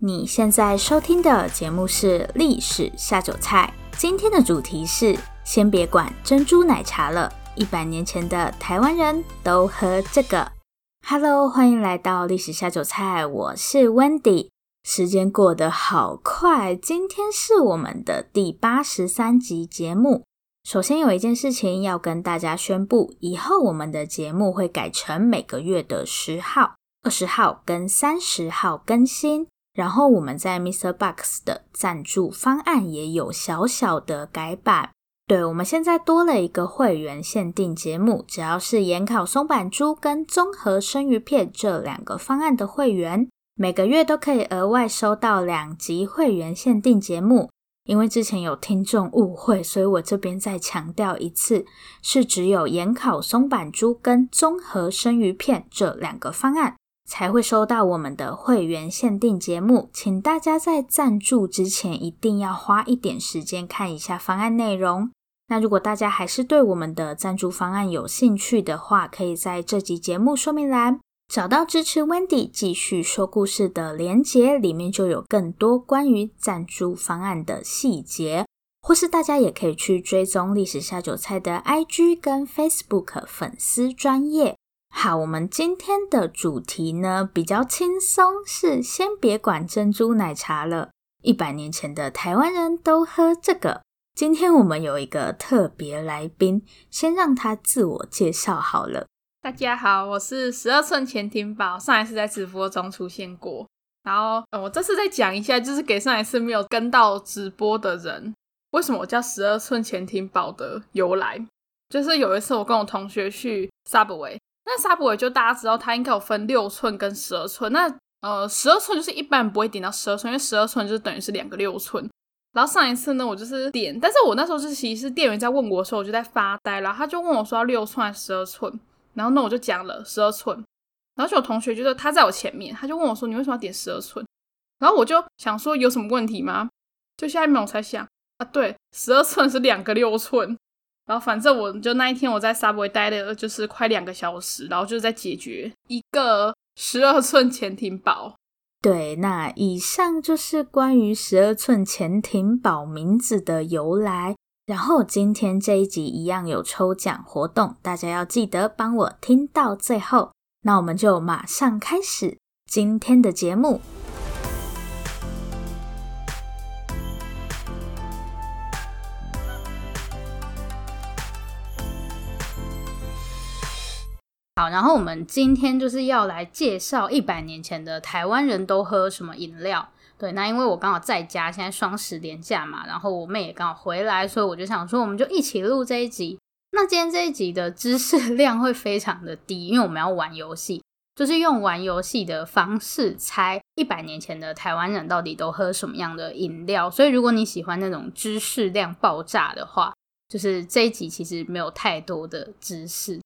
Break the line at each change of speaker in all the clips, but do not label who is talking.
你现在收听的节目是《历史下酒菜》，今天的主题是“先别管珍珠奶茶了”，一百年前的台湾人都喝这个。Hello，欢迎来到《历史下酒菜》，我是 Wendy。时间过得好快，今天是我们的第八十三集节目。首先有一件事情要跟大家宣布，以后我们的节目会改成每个月的十号、二十号跟三十号更新。然后我们在 Mr. Box 的赞助方案也有小小的改版。对，我们现在多了一个会员限定节目，只要是盐烤松板猪跟综合生鱼片这两个方案的会员，每个月都可以额外收到两集会员限定节目。因为之前有听众误会，所以我这边再强调一次，是只有盐烤松板猪跟综合生鱼片这两个方案才会收到我们的会员限定节目，请大家在赞助之前一定要花一点时间看一下方案内容。那如果大家还是对我们的赞助方案有兴趣的话，可以在这集节目说明栏找到支持 Wendy 继续说故事的连结，里面就有更多关于赞助方案的细节。或是大家也可以去追踪历史下酒菜的 IG 跟 Facebook 粉丝专业。好，我们今天的主题呢比较轻松，是先别管珍珠奶茶了。一百年前的台湾人都喝这个。今天我们有一个特别来宾，先让他自我介绍好了。
大家好，我是十二寸前庭宝，上一次在直播中出现过。然后、呃我这次再讲一下，就是给上一次没有跟到直播的人，为什么我叫十二寸前庭宝的由来。就是有一次我跟我同学去 Subway，那 Subway 就大家知道它应该有分六寸跟十二寸。那呃，十二寸就是一般不会点到十二寸，因为十二寸就是等于是两个六寸。然后上一次呢，我就是点，但是我那时候是其实是店员在问我的时候，我就在发呆，然后他就问我说要六寸还是十二寸，然后那我就讲了十二寸，然后就有同学就是他在我前面，他就问我说你为什么要点十二寸？然后我就想说有什么问题吗？就下一秒我才想啊，对，十二寸是两个六寸。然后反正我就那一天我在 Subway 待了就是快两个小时，然后就是在解决一个十二寸潜艇堡。
对，那以上就是关于十二寸潜艇堡名字的由来。然后今天这一集一样有抽奖活动，大家要记得帮我听到最后。那我们就马上开始今天的节目。
好，然后我们今天就是要来介绍一百年前的台湾人都喝什么饮料。对，那因为我刚好在家，现在双十连假嘛，然后我妹也刚好回来，所以我就想说，我们就一起录这一集。那今天这一集的知识 量会非常的低，因为我们要玩游戏，就是用玩游戏的方式猜一百年前的台湾人到底都喝什么样的饮料。所以如果你喜欢那种知识量爆炸的话，就是这一集其实没有太多的知识。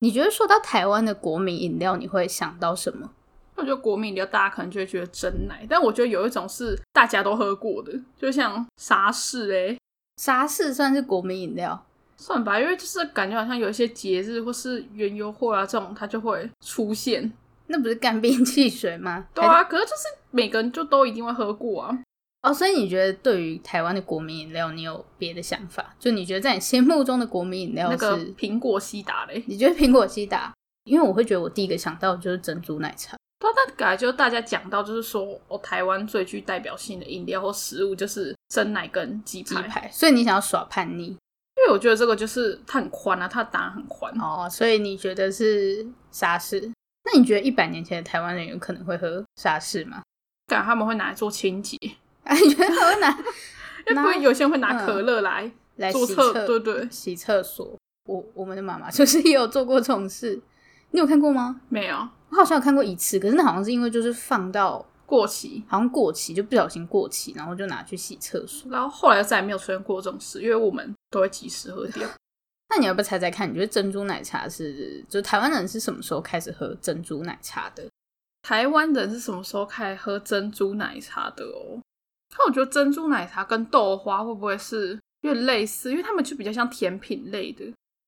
你觉得说到台湾的国民饮料，你会想到什么？
我觉得国民饮料大家可能就会觉得真奶，但我觉得有一种是大家都喝过的，就像沙士哎、
沙士算是国民饮料，
算吧，因为就是感觉好像有一些节日或是园游会啊这种，它就会出现。
那不是干冰汽水吗？
对
还是
啊，可是就是每个人就都一定会喝过啊。
哦，所以你觉得对于台湾的国民饮料，你有别的想法？就你觉得在你心目中的国民饮料
那
是？
个苹果西打嘞，
你觉得苹果西打？因为我会觉得我第一个想到的就是珍珠奶茶。
对啊，但感觉就是大家讲到就是说，哦，台湾最具代表性的饮料或食物就是真奶跟鸡
鸡
排，
排，所以你想要耍叛逆
因为我觉得这个就是它很宽啊，它的答案很宽。
哦，所以你觉得是沙士？那你觉得一百年前的台湾人有可能会喝沙士吗？
感觉他们会拿来做清洁，因
啊，你觉得 他会拿
为不然有些人会拿可乐来，
嗯来
做
洗
厕
厕，
对对
洗厕所。我我们的妈 妈就是也有做过这种事，你有看过吗？
没有
我好像有看过一次，可是那好像是因为就是放到
过期，
好像过期，就不小心过期，然后就拿去洗厕所。
然后后来再也没有出现过这种事，因为我们都会及时喝掉。
那你要不要猜猜看？你觉得珍珠奶茶是就台湾人是什么时候开始喝珍珠奶茶的？
台湾人是什么时候开始喝珍珠奶茶的哦？但我觉得珍珠奶茶跟豆花会不会是有点类似？因为他们就比较像甜品类的。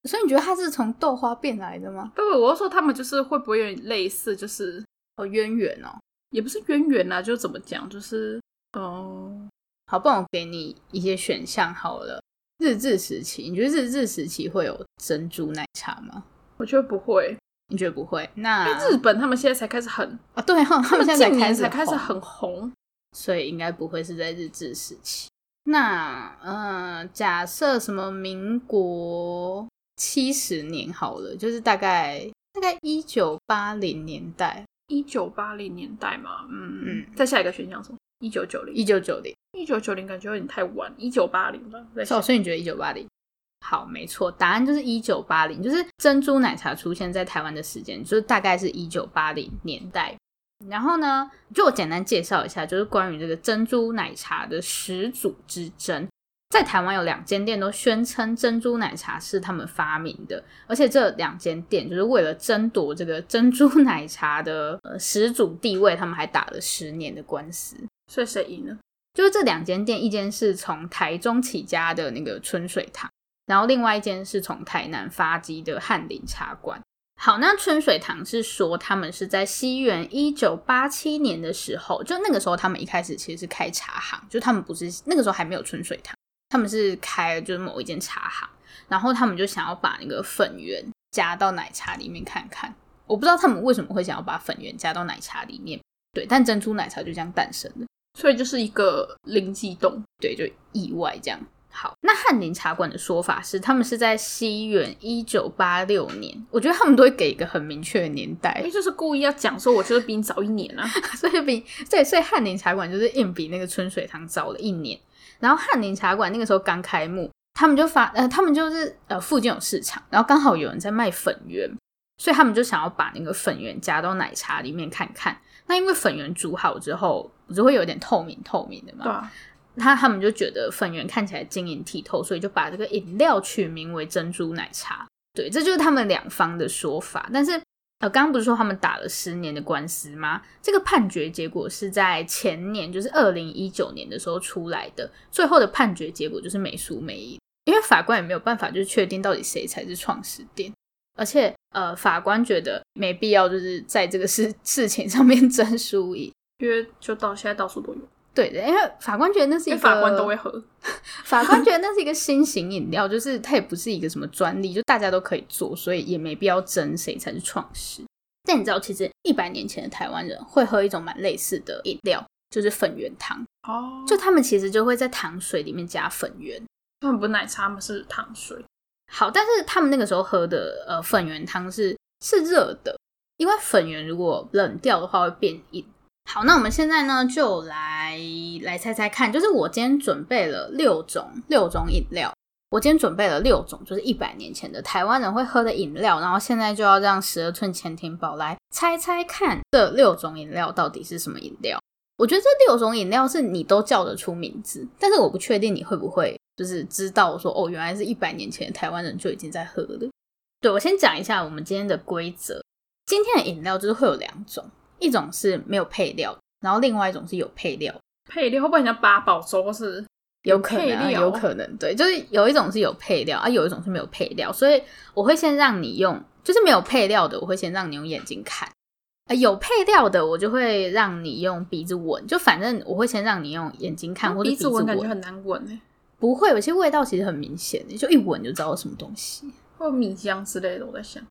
所以你觉得它是从豆花变来的吗？
不不，我是说他们就是会不会有点类似？就是
好渊源哦。
也不是渊源啊，就怎么讲，就是嗯，
好，不然我给你一些选项好了。日治时期，你觉得日治时期会有珍珠奶茶吗？
我觉得不会，
你觉得不会？
因
那
为日本他们现在才开始很，
啊，对哈、他们现在
近年才
才
开
始
始
红
很红，
所以应该不会是在日治时期。那呃，假设什么民国七十年好了，就是大概大概一九八零年代，
一九八零年代嘛，嗯
嗯
再下一个选项是什么？一九九零，
一九九零。
一九九零感觉有点太晚，一九八零吧，在
所以所以你觉得一九八零？好，没错，答案就是一九八零，就是珍珠奶茶出现在台湾的时间，就是大概是一九八零年代。然后呢，就我简单介绍一下，就是关于这个珍珠奶茶的始祖之争。在台湾有两间店都宣称珍珠奶茶是他们发明的，而且这两间店就是为了争夺这个珍珠奶茶的呃始祖地位，他们还打了十年的官司。
所以谁赢了？
就是这两间店，一间是从台中起家的那个春水堂，然后另外一间是从台南发迹的翰林茶馆。好，那春水堂是说他们是在西元一九八七年的时候，就那个时候他们一开始其实是开茶行，就他们不是那个时候还没有春水堂，他们是开就是某一间茶行，然后他们就想要把那个粉圆加到奶茶里面看看。我不知道他们为什么会想要把粉圆加到奶茶里面，对，但珍珠奶茶就这样诞生了。
所以就是一个灵机洞，
对，就意外这样。好，那翰林茶馆的说法是，他们是在西元一九八六年，我觉得他们都会给一个很明确的年代
因为，就是故意要讲说，我就是比你早一年啊，
所以比对，所以翰林茶馆就是硬比那个春水堂早了一年。然后翰林茶馆那个时候刚开幕，他们就发呃，他们就是呃附近有市场，然后刚好有人在卖粉圆，所以他们就想要把那个粉圆加到奶茶里面看看。那因为粉圆煮好之后，不是会有点透明透明的嘛？
对啊，
他他们就觉得粉圆看起来晶莹剔透，所以就把这个饮料取名为珍珠奶茶。对，这就是他们两方的说法。但是，呃，刚刚不是说他们打了十年的官司吗？这个判决结果是在前年，就是二零一九年的时候出来的。最后的判决结果就是没输没赢，因为法官也没有办法就是确定到底谁才是创始店。而且，呃，法官觉得没必要，就是在这个事 事情上面争输赢。
因为就到现在到处都有，
对的，因为法官觉得那是一
因为
个
法官都会喝，
法官觉得那是一个新型饮料，就是它也不是一个什么专利，就大家都可以做，所以也没必要争谁才是创始。但你知道，其实一百年前的台湾人会喝一种蛮类似的饮料，就是粉圆汤。
哦，
就他们其实就会在糖水里面加粉圆。
他们不是奶茶，他们是糖水，
好，但是他们那个时候喝的呃粉圆汤是是热的，因为粉圆如果冷掉的话会变硬。好，那我们现在呢就来来猜猜看，就是我今天准备了六种六种饮料，我今天准备了六种，就是一百年前的台湾人会喝的饮料，然后现在就要让十二寸潜艇宝来猜猜看这六种饮料到底是什么饮料。我觉得这六种饮料是你都叫得出名字，但是我不确定你会不会就是知道说哦，原来是一百年前的台湾人就已经在喝了。对我先讲一下我们今天的规则，今天的饮料就是会有两种，一种是没有配料，然后另外一种是有配料，
配料会不会很像八宝粥或是
有可能、啊，
配料
有可能，对，就是有一种是有配料啊，有一种是没有配料，所以我会先让你用，就是没有配料的，我会先让你用眼睛看，啊，有配料的我就会让你用鼻子闻，就反正我会先让你用眼睛看或者
哦鼻
鼻
子
闻，
闻感觉很难闻欸诶、
不会，有些味道其实很明显的，就一闻就知道是什么东西，
或者米浆之类的，我在想，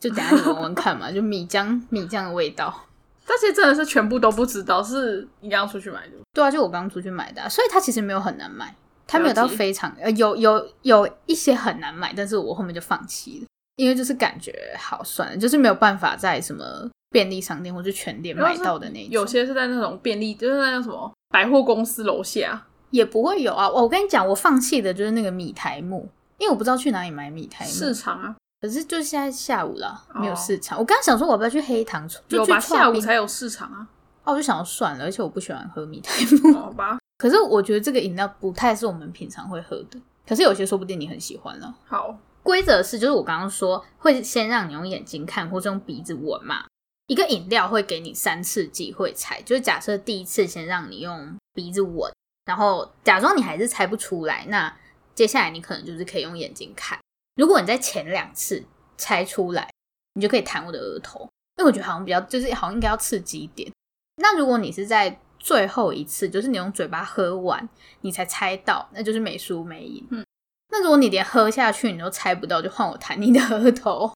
就等一下你闻闻看嘛，就米浆米浆的味道。
但其实真的是全部都不知道，是你刚刚出去买的，
对啊，就我刚出去买的啊、所以它其实没有很难买，它没有到
了解
非常呃有有有一些很难买，但是我后面就放弃了，因为就是感觉好算了，就是没有办法在什么便利商店或是全店买到的那一种，
有些是在那种便利，就是那种什么百货公司楼下，
也不会有啊。我我跟你讲，我放弃的就是那个米苔木，因为我不知道去哪里买米苔木，
市场啊，
可是就现在下午了，
哦
没有市场。我刚刚想说我要不要去黑糖，就
有
去
吧？
串
下午
冰
才有市场 啊，哦
哦，我就想说算了，而且我不喜欢喝米苔木。
好吧，
可是我觉得这个饮料不太是我们平常会喝的，可是有些说不定你很喜欢了。
好，
规则是，就是我刚刚说会先让你用眼睛看，或者用鼻子闻嘛。一个饮料会给你三次机会猜，就是假设第一次先让你用鼻子闻，然后假装你还是猜不出来，那接下来你可能就是可以用眼睛看。如果你在前两次猜出来，你就可以弹我的额头，因为我觉得好像比较就是好像应该要刺激一点。那如果你是在最后一次，就是你用嘴巴喝完，你才猜到，那就是没输没赢。
嗯，
那如果你连喝下去你都猜不到，就换我弹你的额头。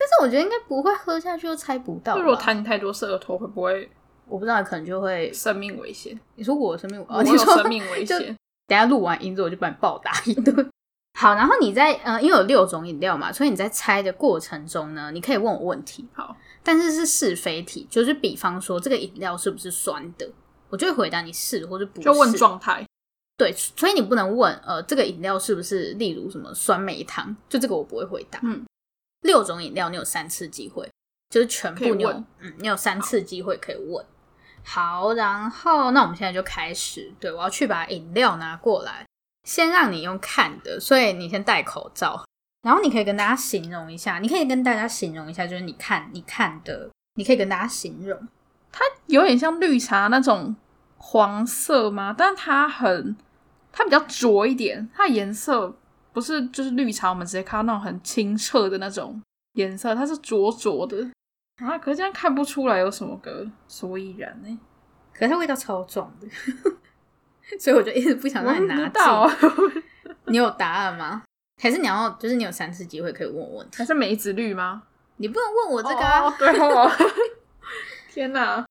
但是我觉得应该不会喝下去又猜不到吧。
如果弹你太多次，额头会不会
我不知道，可能就会
生命危险？
你说我有生命，哦，
我
你
有
说
生命危
就
险。
等下录完音之后我就把你暴打一顿。 好，然后你在呃，因为有六种饮料嘛，所以你在猜的过程中呢，你可以问我问题，
好，
但是是是非题，就是比方说这个饮料是不是酸的，我就会回答你是或者不是。
就问状态。
对，所以你不能问呃，这个饮料是不是例如什么酸梅汤，就这个我不会回答。
嗯，
六种饮料你有三次机会，就是全
可以
部你有
问
嗯，你有三次机会可以问。好，然后那我们现在就开始，对我要去把饮料拿过来，先让你用看的，所以你先戴口罩，然后你可以跟大家形容一下，你可以跟大家形容一下，就是你看你看的，你可以跟大家形容，
它有点像绿茶那种黄色吗？但它很，它比较浊一点，它的颜色不是就是绿茶，我们直接看到那种很清澈的那种颜色，它是浊浊的啊。可是这样看不出来有什么个所以然呢、
可是它味道超重的， 所以我就一直不想
我
让你
不
拿
知
走。
道，
你有答案吗？还是你要就是你有三次机会可以问我问题
还，是梅子绿吗？
你不能问我这个、啊。
哦、对 哦，天哪！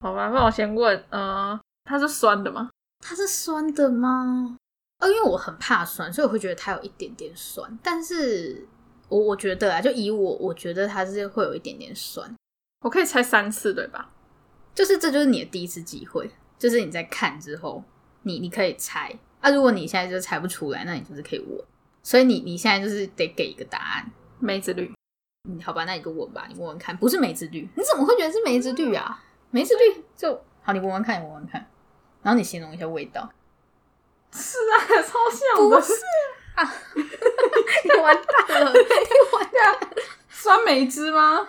好吧，那我先问，呃，它是酸的吗？
它是酸的吗？哦，因为我很怕酸，所以我会觉得它有一点点酸。但是我我觉得啊，就以我我觉得它是会有一点点酸，
我可以猜三次对吧？
就是这就是你的第一次机会，就是你在看之后，你你可以猜啊。如果你现在就猜不出来，那你就是可以问。所以你你现在就是得给一个答案，
梅子绿，
嗯，好吧，那你就问吧，你问问看，不是梅子绿，你怎么会觉得是梅子绿啊？梅子绿就好，你闻闻看，你闻闻看，然后你形容一下味道，
是啊， 超像的，
不是啊，你 完蛋了，你完蛋了，
酸梅汁吗？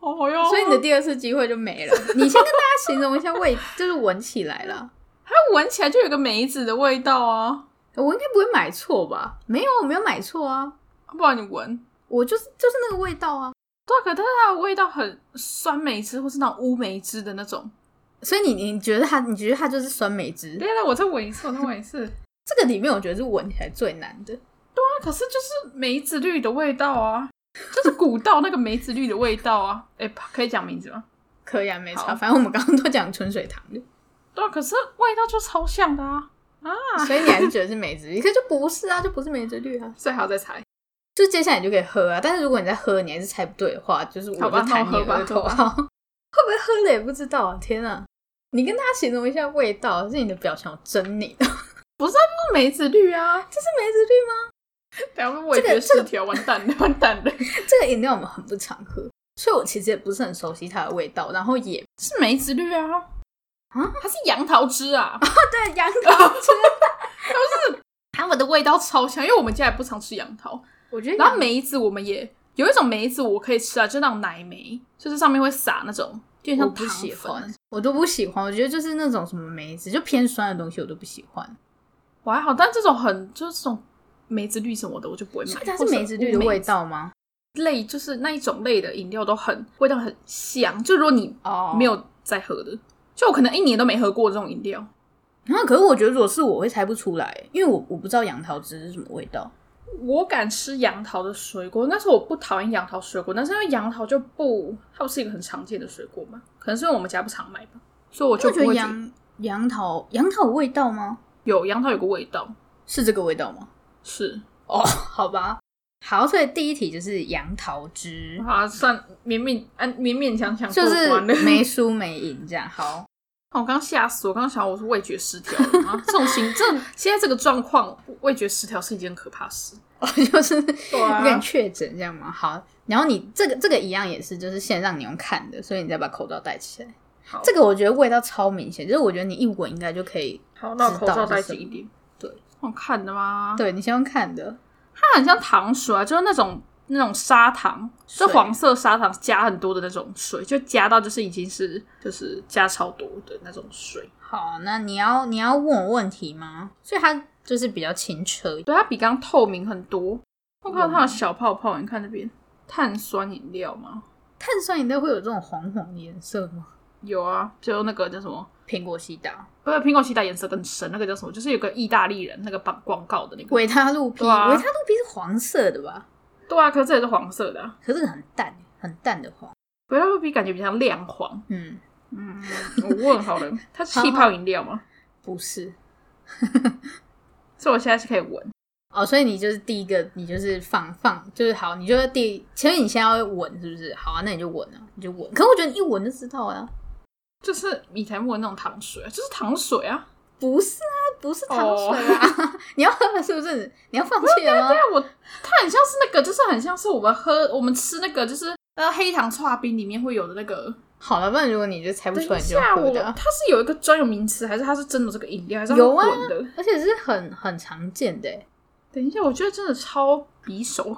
哦哟，
所以你的第二次机会就没了。你先跟大家形容一下味， 就是闻起来了，
它闻起来就有个梅子的味道啊，
我应该不会买错吧？没有，我没有买错啊，
不然你闻。
我就是就是那个味道啊。
对啊，可是它的味道很酸梅汁，或是那种乌梅汁的那种。
所以你你觉得它，你觉得它就是酸梅汁？
对啊，我再闻一次，我再闻一次。对
这个里面我觉得是闻起来最难的。
啊，可是就是梅子绿的味道啊，就是古道那个梅子绿的味道啊。哎、可以讲名字吗？
可以啊，没差，
好
反正我们刚刚都讲春水堂的。
对啊，可是味道就超像的啊啊！
所以你还是觉得是梅子绿，可就不是啊，就不是梅子绿啊。
最好再 猜。
就接下来你就可以喝啊，但是如果你在喝，你还是猜不对的话，就是我
好
就
吧
弹你
那我喝吧
额头啊。
喝
会不会喝了也不知道啊！天啊，你跟大家形容一下味道，是你的 表情有狰狞，这
那梅子绿啊，
是梅子绿吗？
等下味
这个
觉
这
失
个
调，完蛋了， 完蛋了。
这个饮料我们很不常喝，所以我其实也不是很熟悉它的味道，然后也
是梅子绿啊，
啊，
它是杨桃汁 啊。
对杨桃汁，
他们的味道超香，因为我们家也不常吃杨桃。
我觉得
然后
杨梅
梅子我们也有一种梅子我可以吃啊，就是那种奶梅，就是上面会撒那种，就
我
像
不
糖
喜
粉。
欢，我都不喜欢，我觉得就是那种什么梅子，就偏酸的东西我都不喜欢，
我还好，但这种很就是这种梅子绿什么的，我就不会买
所以。它是梅子绿的
或者乌
味道吗？
类，就是那一种类的饮料都很味道很香，就如果你
哦
没有在喝的，就我可能一年都没喝过这种饮料。
然啊后，可是我觉得如果是我会猜不出来，因为我我不知道杨桃汁是什么味道。
我敢吃杨桃的水果，但是我不讨厌杨桃水果，但是因为杨桃就不，它不是一个很常见的水果嘛，可能是因为我们家不常买吧，所以我就
我
不
觉得
会
杨杨桃杨桃有味道吗？
有杨桃有个味道，
是这个味道吗？
是
哦，好吧，好，所以第一题就是杨桃汁，
啊，算勉勉啊勉勉强强
就
过
是
关了。
没输没赢这样。好，
哦我刚吓死我，刚想我是味觉失调了 吗？这种情这现在这个状况，味觉失调是一件可怕事。
哦，就是
啊
有点确诊这样吗？好，然后你这个这个一样也是，就是先让你用看的，所以你再把口罩戴起来。
好，
这个我觉得味道超明显，就是我觉得你一闻应该就可以。
好，那我口罩戴
知道是什么
紧一点。
对，
好看的吗？
对你先用看的，
它很像糖水啊，就是那种那种砂糖，
水
就黄色砂糖加很多的那种水，就加到就是已经是就是加超多的那种水。
好，那你要你要问我问题吗？所以它就是比较清澈，
对，它比刚刚透明很多。我看到它
有吗
有小泡泡，你看这边碳酸饮料吗？
碳酸饮料会有这种黄黄的颜色吗？
有啊，就那个叫什么？
苹果西岛、
不是苹果西打颜色更深，那个叫什么？就是有个意大利人那个广广告的那个。
维他露 P，
对啊
维他露 P 是黄色的吧？
对啊，可是这也是黄色的、啊，
可是很淡，很淡的黄。
维拉露比感觉比较亮黄。
嗯，
嗯，我问好了，它是气泡饮料吗？
不是。
所以我现在是可以闻。
哦，所以你就是第一个，你就是放放，就是好，你就是第，前面你先要闻是不是？好啊，那你就闻啊，你就闻。可我觉得你一闻就知道啊，
就是以前闻那种糖水，就是糖水啊。
不是啊，不是糖水啊， 你要喝了是不是？你要放弃了吗
哦 对？啊，我它很像是那个，就是很像是我们喝我们吃那个，就是呃黑糖刨冰里面会有的那个。
好了，不然如果你就猜不
等
出来，
一
你就
下，
喝
我
的
它
啊。
是有一个专有名词，还是它是真的这个饮料，还是它
有啊
混的？
而且是很很常见的欸，
等一下，我觉得真的超鼻熟。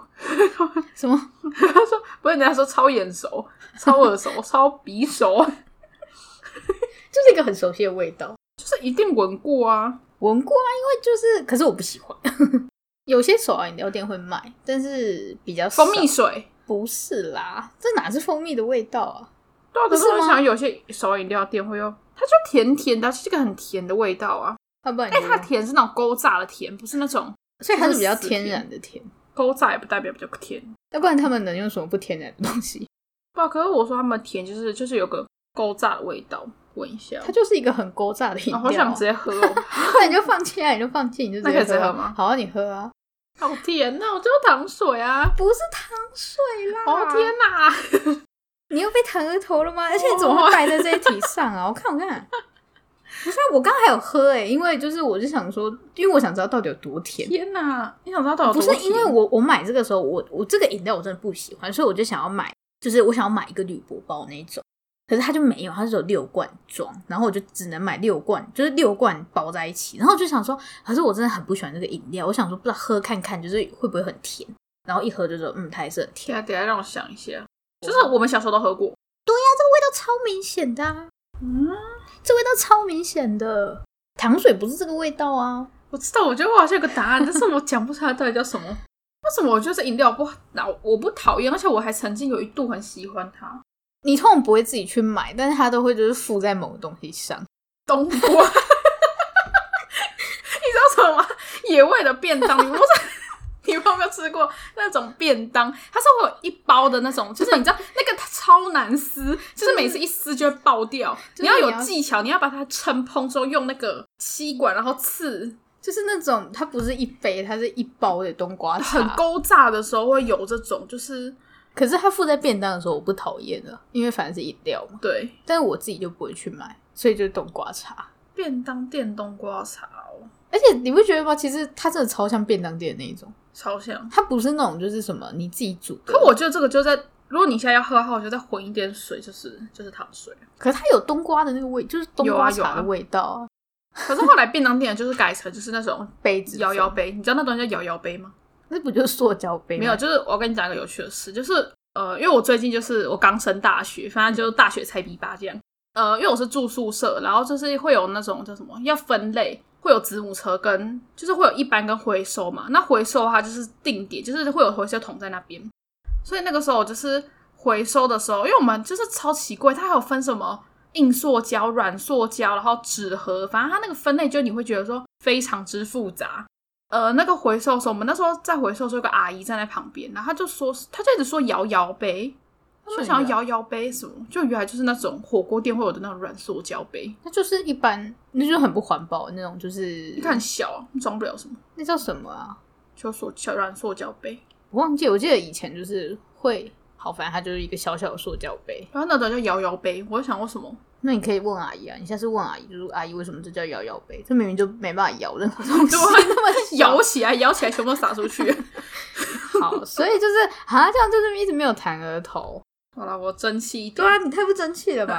什么？
他说 不是，人家说超眼熟、超耳熟、 超鼻熟，
就是一个很熟悉的味道，
就是一定闻过啊。
闻过啊，因为就是，可是我不喜欢。 有些手摇饮料店会卖，但是比较少
蜂蜜水，
不是啦，这哪是蜂蜜的味道啊？
对啊，可是
不是
我
吗
想有些手饮料店会用，它就甜甜的，啊就是一个很甜的味道啊。
要不然你
哎，
就
它甜是那种勾炸的甜，不是那种
所以它是比较
就是死
天然的甜，
勾炸也不代表比较甜。
要不然他们能用什么不天然的东西？
不啊，可是我说他们甜就是就是有个勾炸的味道，闻一下。
它就是一个很勾炸的饮
我好
料、
想直，接喝哦，
那你就放弃啊，你就放弃，你就直
那可以
接
直接
啊
喝吗
好啊，你喝啊，
好甜呐、我就要糖水啊！
不是糖水啦！
哦天，哪、
你又被糖额头了吗？而且你怎
哦
么会败在这一题上啊？我看我看，不是啊，我刚刚还有喝诶、因为就是我就想说，因为我想知道到底有多甜。
天哪、你想知道到底有
不是
多
因为
甜
我我买这个时候，我我这个饮料我真的不喜欢，所以我就想要买，就是我想要买一个铝箔包那一种，可是它就没有，它只有六罐装，然后我就只能买六罐，就是六罐包在一起，然后我就想说，可是我真的很不喜欢这个饮料，我想说不知道喝看看，就是会不会很甜，然后一喝就说，嗯，它还是很
等一
甜，
下等一下让我想一下，就是我们小时候都喝过，
味道超明显的、啊，
嗯，
这味道超明显的，糖水不是这个味道啊，
我知道，我觉得我好像有个答案，但是我讲不出来到底叫什么。为什么我觉得这饮料不好？那我不讨厌，而且我还曾经有一度很喜欢它。
你通常不会自己去买，但是它都会就是附在某个东西上。
冬瓜，你知道什么吗？野味的便当，你们不是？你们有没有吃过那种便当？它是会有一包的那种，就是你知道那个它超难撕，就是每次一撕就会爆掉。
就是
你要
你
有
要
技巧，你要把它撑蓬之后用那个吸管，然后刺，
就是那种它不是一杯，它是一包的冬瓜茶，
很。勾炸的时候会有这种，就是
可是它附在便当的时候，我不讨厌的，因为反正是饮料嘛。
对
但是我自己就不会去买，所以就是冬瓜茶。
便当店冬瓜茶哦，
而且你不觉得吗？其实它真的超像便当店的那一种，
超香。
它不是那种就是什么你自己煮的。
可我觉得这个就在，如果你现在要喝的话，我觉得再混一点水，就是就是糖水。
可是它有冬瓜的那个味，就是冬瓜茶的味道啊，
可是后来便当店就是改成就是那种
杯子
摇摇杯，
杯，
你知道那东西叫摇摇杯吗？
那不就是塑胶杯吗？
没有，就是我跟你讲一个有趣的事，就是呃，因为我最近就是我刚升大学，反正就是大学菜逼吧这样。呃，因为我是住宿舍，然后就是会有那种叫什么要分类，会有子母车跟就是会有一般跟回收嘛。那回收的话就是定点，就是会有回收桶在那边。所以那个时候我就是回收的时候，因为我们就是超奇怪，它还有分什么硬塑胶、软塑胶，然后纸盒，反正它那个分类就你会觉得说非常之复杂。呃，那个回收的时候，我们那时候在回收的时候，有个阿姨站在旁边，然后她就说，她就一直说摇摇杯，她说想要摇摇杯什么，就原来就是那种火锅店会有的那种软塑胶杯，
那就是一般，那就是很不环保的那种，就是
你看很小，装不了什么，
那叫什么啊？
就塑胶软塑胶杯，
我忘记，我记得以前就是会，好，反正它就是一个小小的塑胶杯。
然后那种叫摇摇杯，我就想为什么？
那你可以问阿姨啊，你下次问阿姨，就是阿姨为什么这叫摇摇杯？这明明就没办法摇任何东西，
对
那么小
摇起来，摇起来，全部都撒出去。
好，所以就是啊，这样就是一直没有弹额头。
好了，我争气一点，
对啊，你太不争气了吧？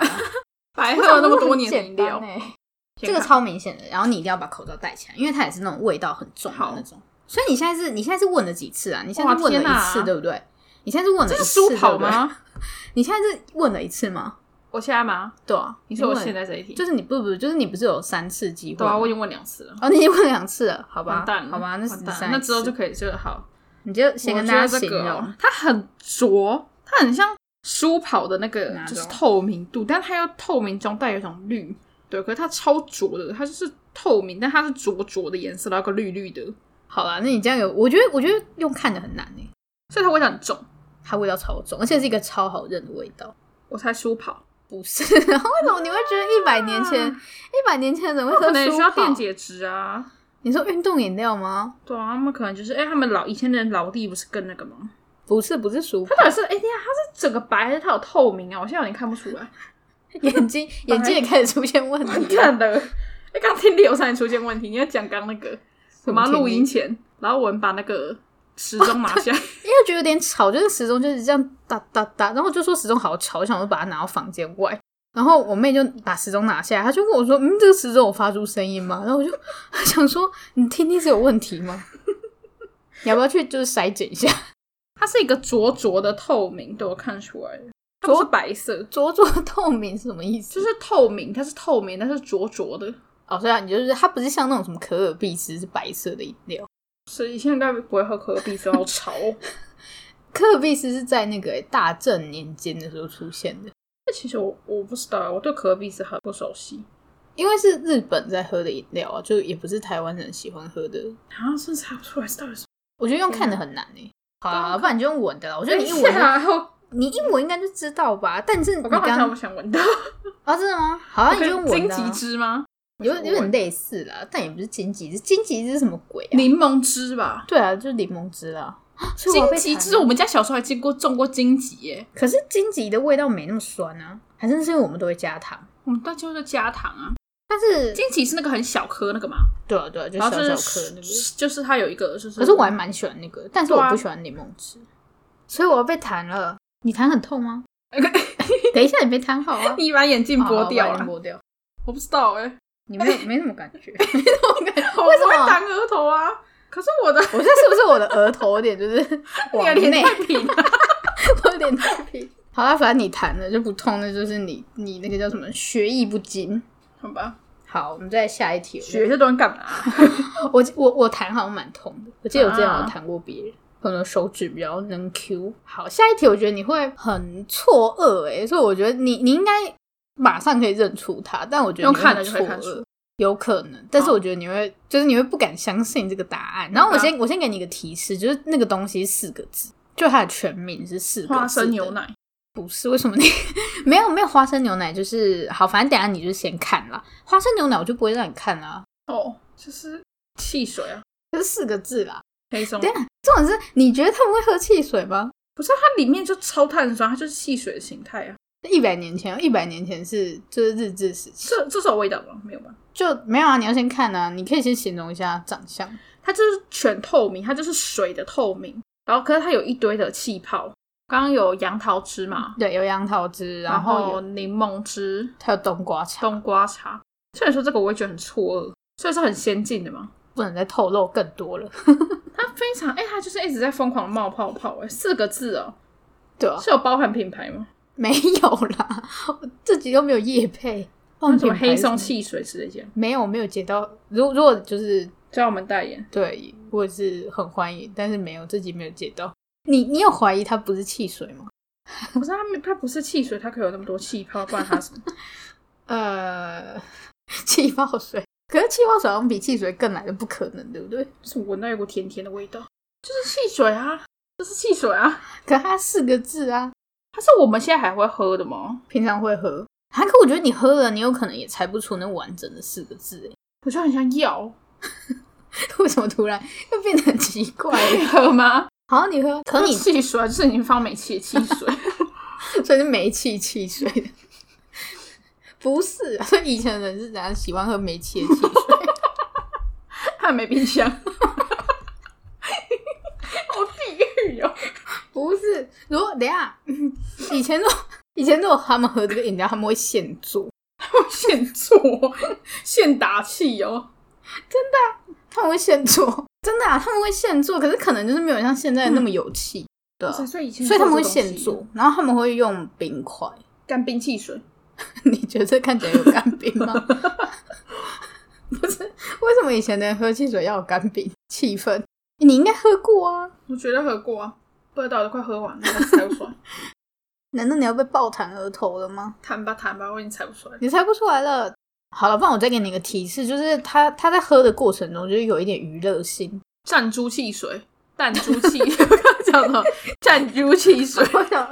白
我
喝
想
了那么多
很
年的饮
简
料
单，欸这个超明显的。然后你一定要把口罩戴起来，因为它也是那种味道很重的那种。所以你现在是，你现在是问了几次啊？你现在是问了
哇天
一
哪
次，对不对？你现在是问了
这
一
是书
次，
跑
对不对？
吗？
你现在是问了一次吗？
我现在吗？
对啊，
你说我
问了
现在这一题？
就是你不不，就是你不是有三次机会
对
吗？
啊，我已经问两次了。
哦，你已经问两次了，好吧
完蛋，了，
好吧，那
完
十
蛋
三，
了，那之后就可以就好。
你就先跟
我
大
觉得
家
这
形
个哦
容，
它很浊，它很像书跑的那个
哪
就是
种
透明度，但它又透明中带有一种绿，对，可是它超浊的，它就是透明，但它是浊浊的颜色，然后有个绿绿的，
好啦，那你这样有，我觉得我觉得用看的很难诶、
所以它味道很重。
它味道超重，而且是一个超好认的味道。
我猜书跑，
不是， 然后为什么你会觉得一百年前
啊
一百年前的人会
那
喝
可能也
舒
需要
跑
电？解质啊。
你说运动饮料吗？
对啊，他们可能就是，哎、他们老以前的人老弟不是更那个吗？
不是，不是舒跑
它，到底是，哎、等一下它是整个白还是它有透明啊？我现在有点看不出来。
眼 睛眼睛也开始出现问
完
题了。
蛋了！哎，刚听力有差点出现问题，你要讲刚那个
什
我
么
们要录
听力
音前，然后我们把那个时钟拿 下来，
因为觉得有点吵，就是时钟就是这样哒哒哒，然后我就说时钟好吵，我想说把它拿到房间外。然后我妹就把时钟拿下来，她就问我说：“嗯，这个时钟有发出声音吗？”然后我就 想说：“你听力是有问题 吗？你要不要去就是筛检一下
它是一个浊浊的透明，对我看出来了，它不是白色，
灼灼透明是什么意思？”
就是透明，它是透明，但是浊浊的。
哦，所以啊你就是它不是像那种什么可尔必斯是白色的饮料，
所以现在应该不会喝可乐必斯，好 潮哦。
可尔必斯是在那个欸大正年间的时候出现的，
那其实我我不知道，我对可乐必斯很不熟悉。
因为是日本在喝的饮料啊，就也不是台湾人喜欢喝的
啊，真查不出来是到底是。
我觉得用看的很难诶、好啊，不然你就用闻的啦。我觉得
等
你
一
一闻就，
下，我
你一闻应该就知道吧。但是
啊
你
我刚好想
刚
不想闻到，
啊，真的吗？好啊，你就用闻
荆
的啊、
棘汁吗？
有有点类似啦，但也不是荆棘汁，荆棘汁是什么鬼啊？
柠檬汁吧。
对啊，就是柠檬汁啦。啊所以我要
荆
被
棘
弹
汁，我们家小时候还经过种过荆棘耶。
可是荆棘的味道没那么酸啊，还真是因为我们都会加糖。
我们大家都加糖啊，
但是
金棘是那个很小颗那个嘛，
对啊对啊，就
然
小
后
小
就是
颗那个。
就是它有一个就是，
可是 我还蛮喜欢那个，但是
对
我
啊。
不喜欢柠檬汁，所以我要被弹了。你弹很痛 吗？等一下，你没弹好啊
你把眼镜剥掉
哦好
了
把它，剥掉。
我不知道哎、
你没有没什么感 觉，没什么感觉。
我
为什
不会
么
弹额头啊，可是我的
我这是不是我的额头有点 就是
你
往
的
内
脸，太平 了，
我有点太平。 好啦，反正你弹了就不痛，那就是你你那个叫什么学艺不精。
好吧，
好，我们再下一题。
学这东西干嘛？
我我我弹好像蛮痛的，我记得我之前有
啊
弹过别人。可能手指比较能 Q。好，下一题我觉得你会很错愕诶、所以我觉得你你应该马上可以认出它，但我觉得
用
你会
看的
很
就可以
错
看
愕
出，哦
有可能，但是我觉得你会，就是你会不敢相信这个答案。
嗯
然后我先、我先给你一个提示，就是那个东西是四个字，就它的全名是四个字。
花生牛，奶，
不是？为什么你 没有没有花生牛奶？就是好，反正等一下你就先看啦。花生牛奶我就不会让你看啦，
哦，就是汽水啊，
就是四个字啦。
黑松
对，啊，重点是你觉得他们会喝汽水吗？
不是它里面就超碳酸，它就是汽水的形态啊，
一百年前，一百年前是就是日治时期，
这这是有味道吗？没有吧？
就没有啊。你要先看啊，你可以先形容一下长相。
它就是全透明，它就是水的透明，然后可是它有一堆的气泡，刚刚有杨桃汁嘛，
对，有杨桃汁，然
然
后
后
有
柠檬汁、
还有冬瓜茶。
冬瓜茶。虽然说这个我也觉得很错愕，所以是很先进的嘛。
不能再透露更多了，
它非常哎、它就是一直在疯狂冒泡泡哎、四个字哦，
对啊，
是有包含品牌吗？
没有啦，我自己又没有业配，
那
忘
什
记
么黑松
气，
汽水之类这样，
没有没有接到。如如果就是
叫我们代言。
对，我也是很欢迎，但是没有自己没有接到。你你有怀疑它不是汽水吗？
不是它没，它不是汽水，它可以有那么多气泡，不然它什么？
呃， 气泡水，可是气泡水好像比汽水更来的不可能，对不对？
是我闻到有股甜甜的味道，就是汽水啊，这是汽水啊。
可它四个字啊，
它是我们现在还会喝的吗？
平常会喝。啊，可我觉得你喝了，你有可能也猜不出那完整的四个字
我就很像药，
哎， 为什么突然又变得很奇怪
可以
了？
喝吗？
好像你喝，可 你
汽水啊，就是已经放美气的汽水。
所以是煤气汽水的， 不是、啊？所以以前人是怎样喜欢喝煤气的汽 水？
还没冰箱。 我地狱哦！
不是，如果等一下， 嗯以前如果以前如果他们喝这个饮料，他们会现做，
我现做，现打气哦。
他们会现做， 真的啊，他们会现做，可是可能就是没有像现
嗯
在那么有气，对啊、
所以以前
所以他们会现做，然后他们会用冰块。
干冰汽 水，
你觉得这看起来有干冰吗？ 不是，为什么以前的人喝汽水要有干冰？气氛，你应该喝过啊。
我觉得喝过啊，不知道都快喝完了，还是还有酸。
难道你要被爆弹额头了吗？
弹吧弹吧，我已经猜不出来。
你猜不出来了。好了，不然我再给你一个提示，就是他他在喝的过程中，就是有一点娱乐 性。
弹珠汽水，弹珠汽， 我刚刚讲什么？弹珠汽 水，
我想，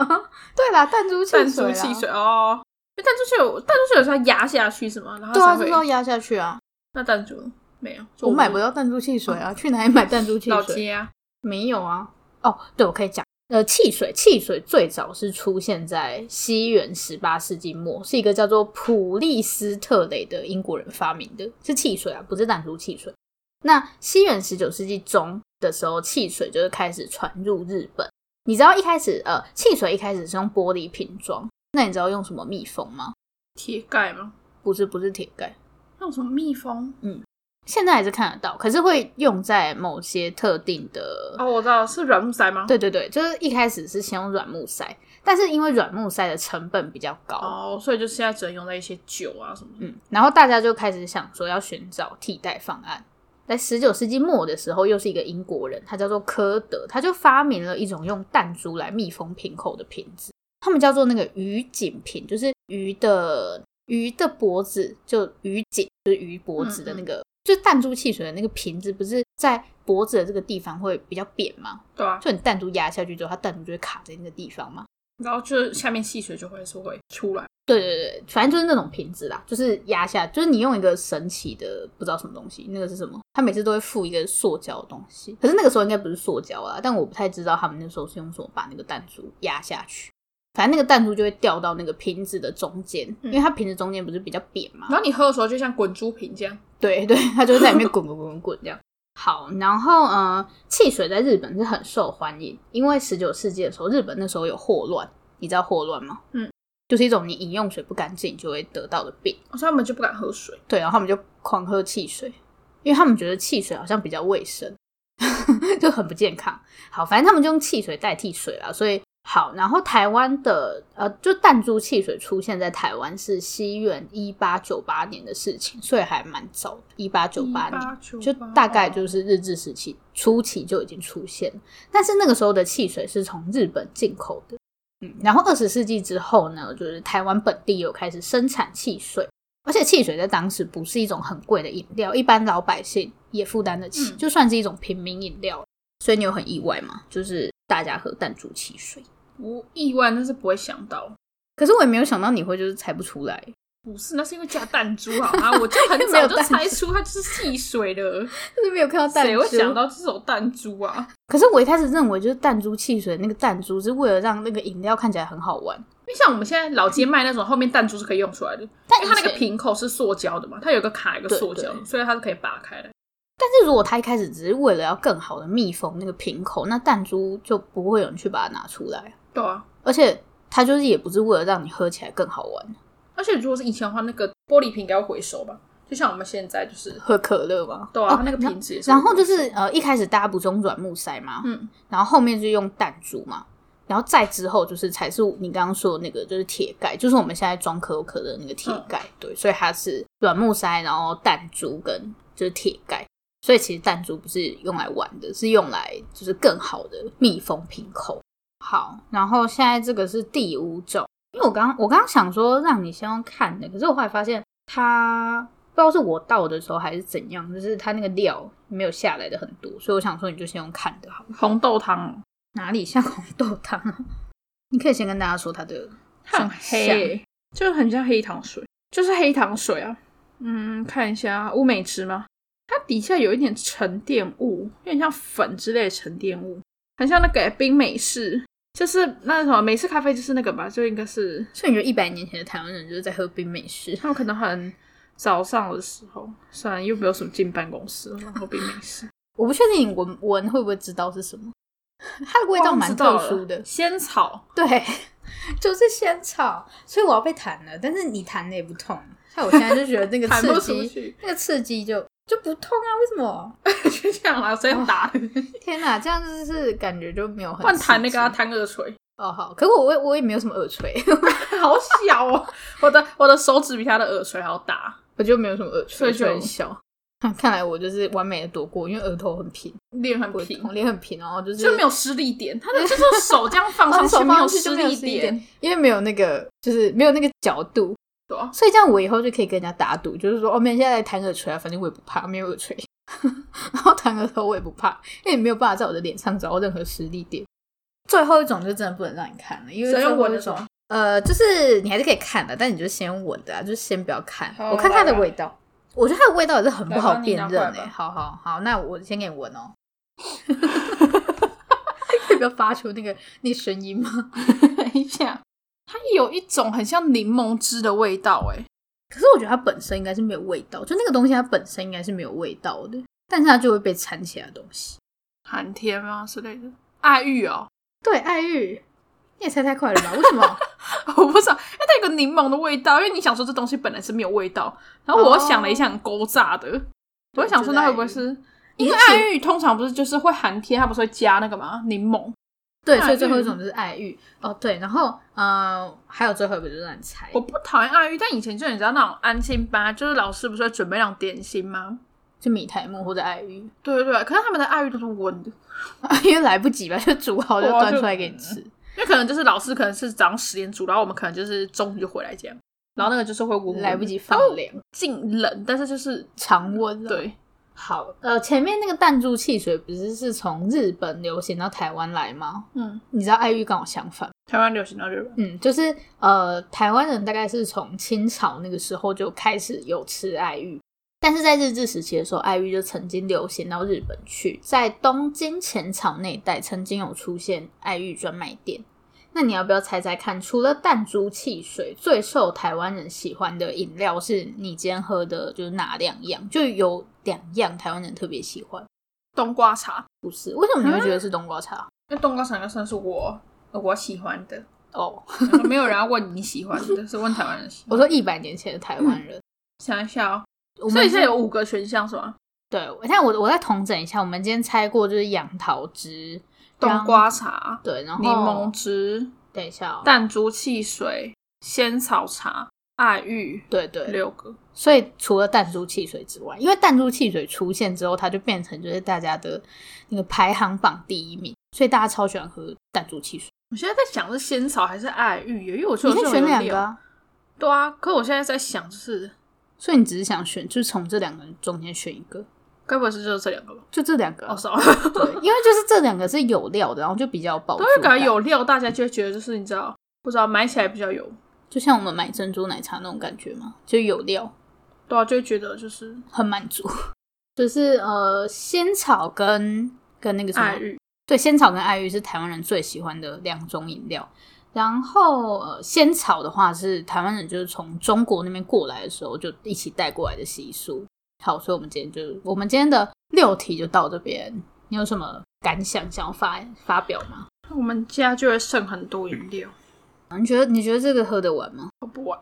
对啦，弹珠汽水
弹
啦，
珠汽水哦。因为弹珠汽水，弹珠汽水是要压下去是吗？然后
对啊，
才
就是
会
要压下去啊。
那弹珠没有，就
我买不到弹珠汽水啊，去哪里买弹珠汽
老
水？
街啊。
没有啊。
哦，对，我可以讲，呃，汽水，汽水最早是出现在西元十八世纪末，是一个叫做普利斯特雷的英国人发明的，是汽水啊，不是弹珠汽水。那西元十九世纪中的时候，汽水就是开始传入日本。你知道一开始，呃，汽水一开始是用玻璃瓶装，那你知道用什么密封吗？
铁盖吗？
不是，不是铁盖，
那种什么蜜蜂？
现在还是看得到，可是会用在某些特定的
哦，我知道，是软木塞吗？
对对对，就是一开始是先用软木塞，但是因为软木塞的成本比较高，
哦，所以就现在只能用在一些酒啊什么的。
嗯，然后大家就开始想说要寻找替代方案。在十九世纪末的时候，又是一个英国人，他叫做科德，他就发明了一种用弹珠来密封瓶口的瓶子，他们叫做那个鱼颈瓶，就是鱼的鱼的脖子，就鱼颈，就是鱼脖
嗯
子的那个，就是弹珠汽水的那个瓶子，不是在脖子的这个地方会比较扁吗？
对啊，
就你弹珠压下去之后，它弹珠就会卡在那个地方嘛。
然后就是下面汽水就会是会出来。
对对对，反正就是那种瓶子啦，就是压下，就是你用一个神奇的不知道什么东西，那个是什么？他每次都会附一个塑胶的东西，可是那个时候应该不是塑胶啦，但我不太知道他们那时候是用什么把那个弹珠压下去。反正那个弹珠就会掉到那个瓶子的中间，因为它瓶子中间不是比较扁嘛，
然后你喝的时候就像滚珠瓶这样。
对对，它就会在里面滚滚滚滚滚这样。好，然后呃，汽水在日本是很受欢迎，因为十九世纪的时候，日本那时候有霍乱，你知道霍乱吗？
嗯，
就是一种你饮用水不干净就会得到的病。
哦所以他们就不敢喝水。
对，然后他们就狂喝汽水，因为他们觉得汽水好像比较卫生， 就很不健康。好，反正他们就用汽水代替水啦，所以好。然后台湾的呃，就弹珠汽水出现在台湾是西元一八九八年的事情，所以还蛮早的，一八九八年。
1898
就大概就是日治时期初期就已经出现了，但是那个时候的汽水是从日本进口的，嗯，然后二十世纪之后呢，就是台湾本地有开始生产汽水，而且汽水在当时不是一种很贵的饮料，一般老百姓也负担得起，
嗯
就算是一种平民饮料。所以你有很意外吗？就是大家喝弹珠汽水，
不意外，但是不会想到。
可是我也没有想到你会就是猜不出来，
不是，那是因为加弹珠好 吗？我就很
没
早
有
就
弹珠
猜出它就是汽水的，
就是没有看到
谁会想到这种弹珠啊？
可是我一开始认为就是弹珠汽水那个弹珠是为了让那个饮料看起来很好玩。
因为像我们现在老街卖那种，后面弹珠是可以用出来的，
但
因为它那
以
个
前
瓶口是塑胶的嘛，它有一个卡一个
对
塑胶，
对
所以它是可以拔开的。
但是如果他一开始只是为了要更好的密封那个瓶口，那弹珠就不会有人去把它拿出来，
对啊，
而且它就是也不是为了让你喝起来更好玩。
而且如果是以前的话，那个玻璃瓶应该要回收吧？就像我们现在就是，
喝可乐吗？
对啊，
哦
它那个瓶子也是
然后就
回
是
收
呃，一开始大家不是用软木塞嘛，
嗯，
然后后面就用弹珠嘛，然后再之后就是才是你刚刚说的那个就是铁盖，就是我们现在装可口可乐的那个铁盖，对，所以它是软木塞，然后弹珠跟就是铁盖，所以其实弹珠不是用来玩的，是用来就是更好的密封瓶口。好，然后现在这个是第五种，因为我刚我刚刚想说让你先用看的，可是我后来发现它不知道是我倒的时候还是怎样，就是它那个料没有下来的很多，所以我想说你就先用看的好了。
红豆汤哦，
哪里像红豆汤啊？ 你可以先跟大家说它的
它很
长
黑
相
欸，就很像黑糖水，就是黑糖水啊。嗯，看一下乌美汁吗？它底下有一点沉淀物，有点像粉之类的沉淀物，很像那个欸冰美式，就是那什么美式咖啡，就是那个吧，就应该是
所以你觉得一百年前的台湾人就是在喝冰美式？
他们可能很早上的时候，虽然又没有什么进办公室，然后冰美式
我不确定闻闻会不会知道是什么， 它的味道蛮特殊的。
仙草
对， 就是仙草，所以我要被弹了，但是你弹的也不痛，像我现在就觉得那 个
弹不
刺
出
激，
去，
那个刺激就就不痛啊？为什么？
就这样啦，所
哦
以打
天哪，这样就是感觉就没有很
换弹那
刺激
个啊弹二锤，
哦好，可我我也我也没有什么耳垂，
好 小哦，我的我的手指比他的耳垂还要大。
我就没有什么耳垂，
所以就
很小。 看来我就是完美的躲过，因为额头很平，
脸很
我
平，
我脸很平，然后就是哦
就没有失力点，他的就是手这样放上
放手
去
放上去
失
就没有
力
失力
点
点，，因为没有那个就是没有那个角度，
对啊
所以这样我以后就可以跟人家打赌，就是说哦，没人现在来弹耳垂啊，反正我也不怕，没有耳垂， 然后弹额头我也不怕，因为你没有办法在我的脸上找到任何实力点。最后一种就真的不能让你看了，因为
只能用
最后
闻的
一种
吗
呃，就是你还是可以看的，但你就先闻的、啊，就是先不要看。
好
我看它的
来吧
味道，我觉得它的味道也是很不好
来吧你
辨
拿
认
过来
诶、
吧
好好好，那我先给你闻哦。 可以不要发出那个那个声音 吗？
等一下，它有一种很像柠檬汁的味道、欸，哎，
可是我觉得它本身应该是没有味道，就那个东西它本身应该是没有味道的，但是它就会被掺其他东西。
寒天吗之类的？爱玉哦，
对，爱玉，你也猜太快了吧？为什 么？
我不知道，因为它有个柠檬的味道，因为你想说这东西本来是没有味道，然后我又想了一
哦
下，很勾炸的，我就想说那会不会是？因为爱玉通常不是就是会寒天，它不是会加那个嘛柠檬？
对，
爱
所以最后一
玉
种就是爱玉哦，对，然后呃，还有最后一个就是乱猜，
我不讨厌爱玉，但以前就你知道那种安心班，就是老师不是会准备那种点心吗？
就米苔木或者爱玉，
对对对，可是他们的爱玉都是温的，
因为来不及吧，就煮好就
对啊
端
就
出来给你吃。
因为可能就是老师可能是早上十点煮，然后我们可能就是中午就回来这样，然后那个就是会温温的
来不及放凉，
进冷，但是就是
常温了。，
对，
好，呃，前面那个弹珠汽水不是是从日本流行到台湾来吗？
嗯，
你知道爱玉刚好相反，
台湾流行到日本，
嗯，就是呃，台湾人大概是从清朝那个时候就开始有吃爱玉，但是在日治时期的时候，爱玉就曾经流行到日本去，在东京浅草那一带曾经有出现爱玉专卖店。那你要不要猜猜看？除了弹珠汽水，最受台湾人喜欢的饮料是你今天喝的，就是哪两样？就有两样台湾人特别喜欢，
冬瓜茶，
不是？为什么你会
啊
觉得是冬瓜茶？
那冬瓜茶应该算是我呃我喜欢的，
哦，
没有人要问你喜欢的，是问台湾人喜欢。
我说一百年前的台湾人，
想一下哦，
我
嗯
们
所以现
是
在有五个选项是吗？
对，但我我再统整一下，我们今天猜过就是杨桃汁、
冬瓜茶、
对，啊然后
柠檬。汁、
等一下、哦，
弹珠汽水、仙草茶、爱玉，
对对，
六个。
所以除了弹珠汽水之外，因为弹珠汽水出现之后，它就变成就是大家的那个排行榜第一名，所以大家超喜欢喝弹珠汽水。
我现在在想是仙草还是爱玉耶，因为我觉
你
得
可以
我
选
有
两
六
个、啊，
对啊，可我现在在想就是，
所以你只是想选，就是从这两个中间选一个，
该不会是就是这两个吧？
就这两个啊、
哦， 少，因
对，因为就是这两个是有料的，然后就比较饱足
为感
感
觉有料，大家就会觉得就是你知道，不知道买起来比较有，
就像我们买珍珠奶茶那种感觉嘛，就有料。
对啊，就会觉得就是
很满足， 就是呃，仙草跟跟那个什么
爱，玉。
对，仙草跟爱玉是台湾人最喜欢的两种饮料。然后呃，仙草的话是台湾人就是从中国那边过来的时候就一起带过来的习俗。好，所以我们今天就我们今天的六题就到这边，你有什么感想想要发发表吗？
我们家就会剩很多饮料，
你觉得你觉得这个喝得完吗？
喝不完，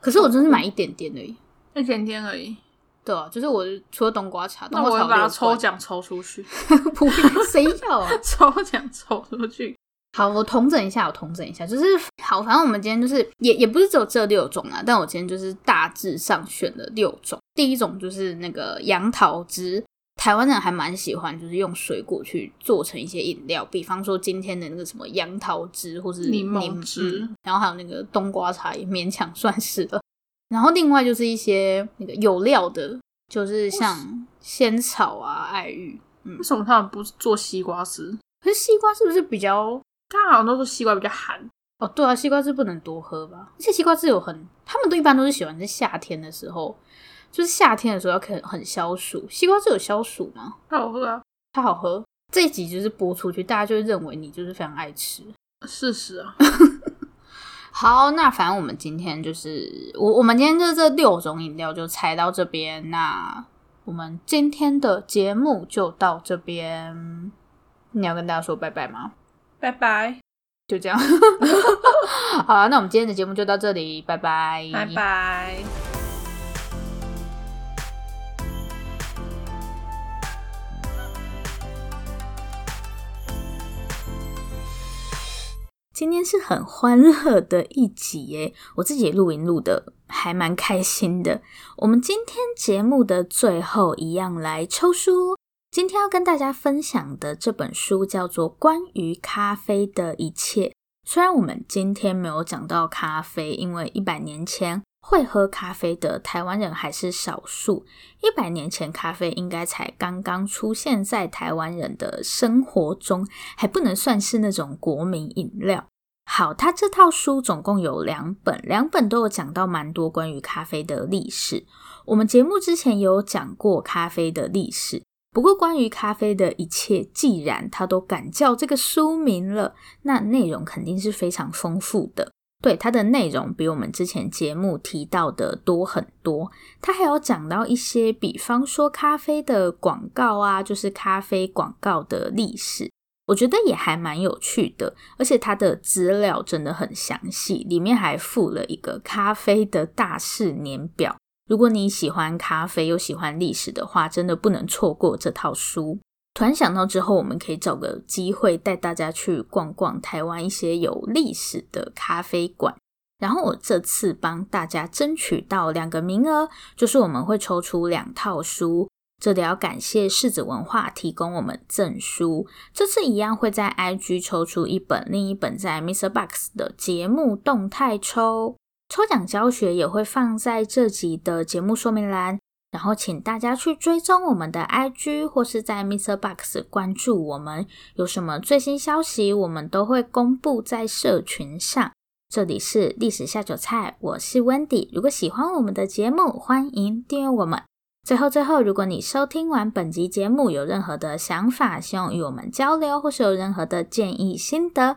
可是我真是买一点点而已。
一点点而已。
对啊，就是我除了冬瓜茶，冬
那
瓜
我
茶
会把它
六
抽
罐，
奖抽出去，
不会谁要啊？
抽奖抽出去。
好，我统整一下，我统整一下，就是好，反正我们今天就是也也不是只有这六种啊，但我今天就是大致上选了六种。第一种就是那个杨桃汁，台湾人还蛮喜欢，就是用水果去做成一些饮料，比方说今天的那个什么杨桃汁，或是
柠檬
柠
汁
嗯然后还有那个冬瓜茶也勉强算是了。然后另外就是一些那个有料的，就是像仙草啊、爱玉，嗯
为，什么他们不做西瓜汁？
可是西瓜是不是比较
大家好像都说西瓜比较寒，
哦，对啊，西瓜汁不能多喝吧？而且西瓜汁有很，他们都一般都是喜欢在夏天的时候，就是夏天的时候要很很消暑。西瓜汁有消暑吗？
那我喝啊，
它好喝。这一集就是播出去，大家就会认为你就是非常爱吃。
事实啊，
好，那反正我们今天就是我，我们今天就这六种饮料就猜到这边。那我们今天的节目就到这边，你要跟大家说拜拜吗？
拜拜，
就这样。 好啊，那我们今天的节目就到这里，拜拜，
拜拜。
今天是很欢乐的一集耶，我自己也录音录的，
还蛮开心的。我们今天节目的最后一样来抽书哦。今天要跟大家分享的这本书叫做《关于咖啡的一切》。虽然我们今天没有讲到咖啡，因为一百年前会喝咖啡的台湾人还是少数。一百年前，咖啡应该才刚刚出现在台湾人的生活中，还不能算是那种国民饮料。好，它这套书总共有两本，两本都有讲到蛮多关于咖啡的历史。我们节目之前有讲过咖啡的历史，不过关于咖啡的一切，既然它都敢叫这个书名了，那内容肯定是非常丰富的。对它的内容比我们之前节目提到的多很多，它还有讲到一些，比方说咖啡的广告啊，就是咖啡广告的历史，我觉得也还蛮有趣的，而且它的资料真的很详细，里面还附了一个咖啡的大事年表。如果你喜欢咖啡又喜欢历史的话，真的不能错过这套书。突然想到之后，我们可以找个机会带大家去逛逛台湾一些有历史的咖啡馆。然后我这次帮大家争取到两个名额，就是我们会抽出两套书。这里要感谢世子文化提供我们赠书，这次一样会在 IG 抽出一本，另一本在 Mr. Box 的节目动态抽。抽奖教学也会放在这集的节目说明栏，然后请大家去追踪我们的 IG 或是在 Mr. Box 关注我们，有什么最新消息我们都会公布在社群上。这里是历史下酒菜，我是 Wendy。如果喜欢我们的节目，欢迎订阅我们。最后，最后，如果你收听完本集节目有任何的想法，希望与我们交流，或是有任何的建议心得，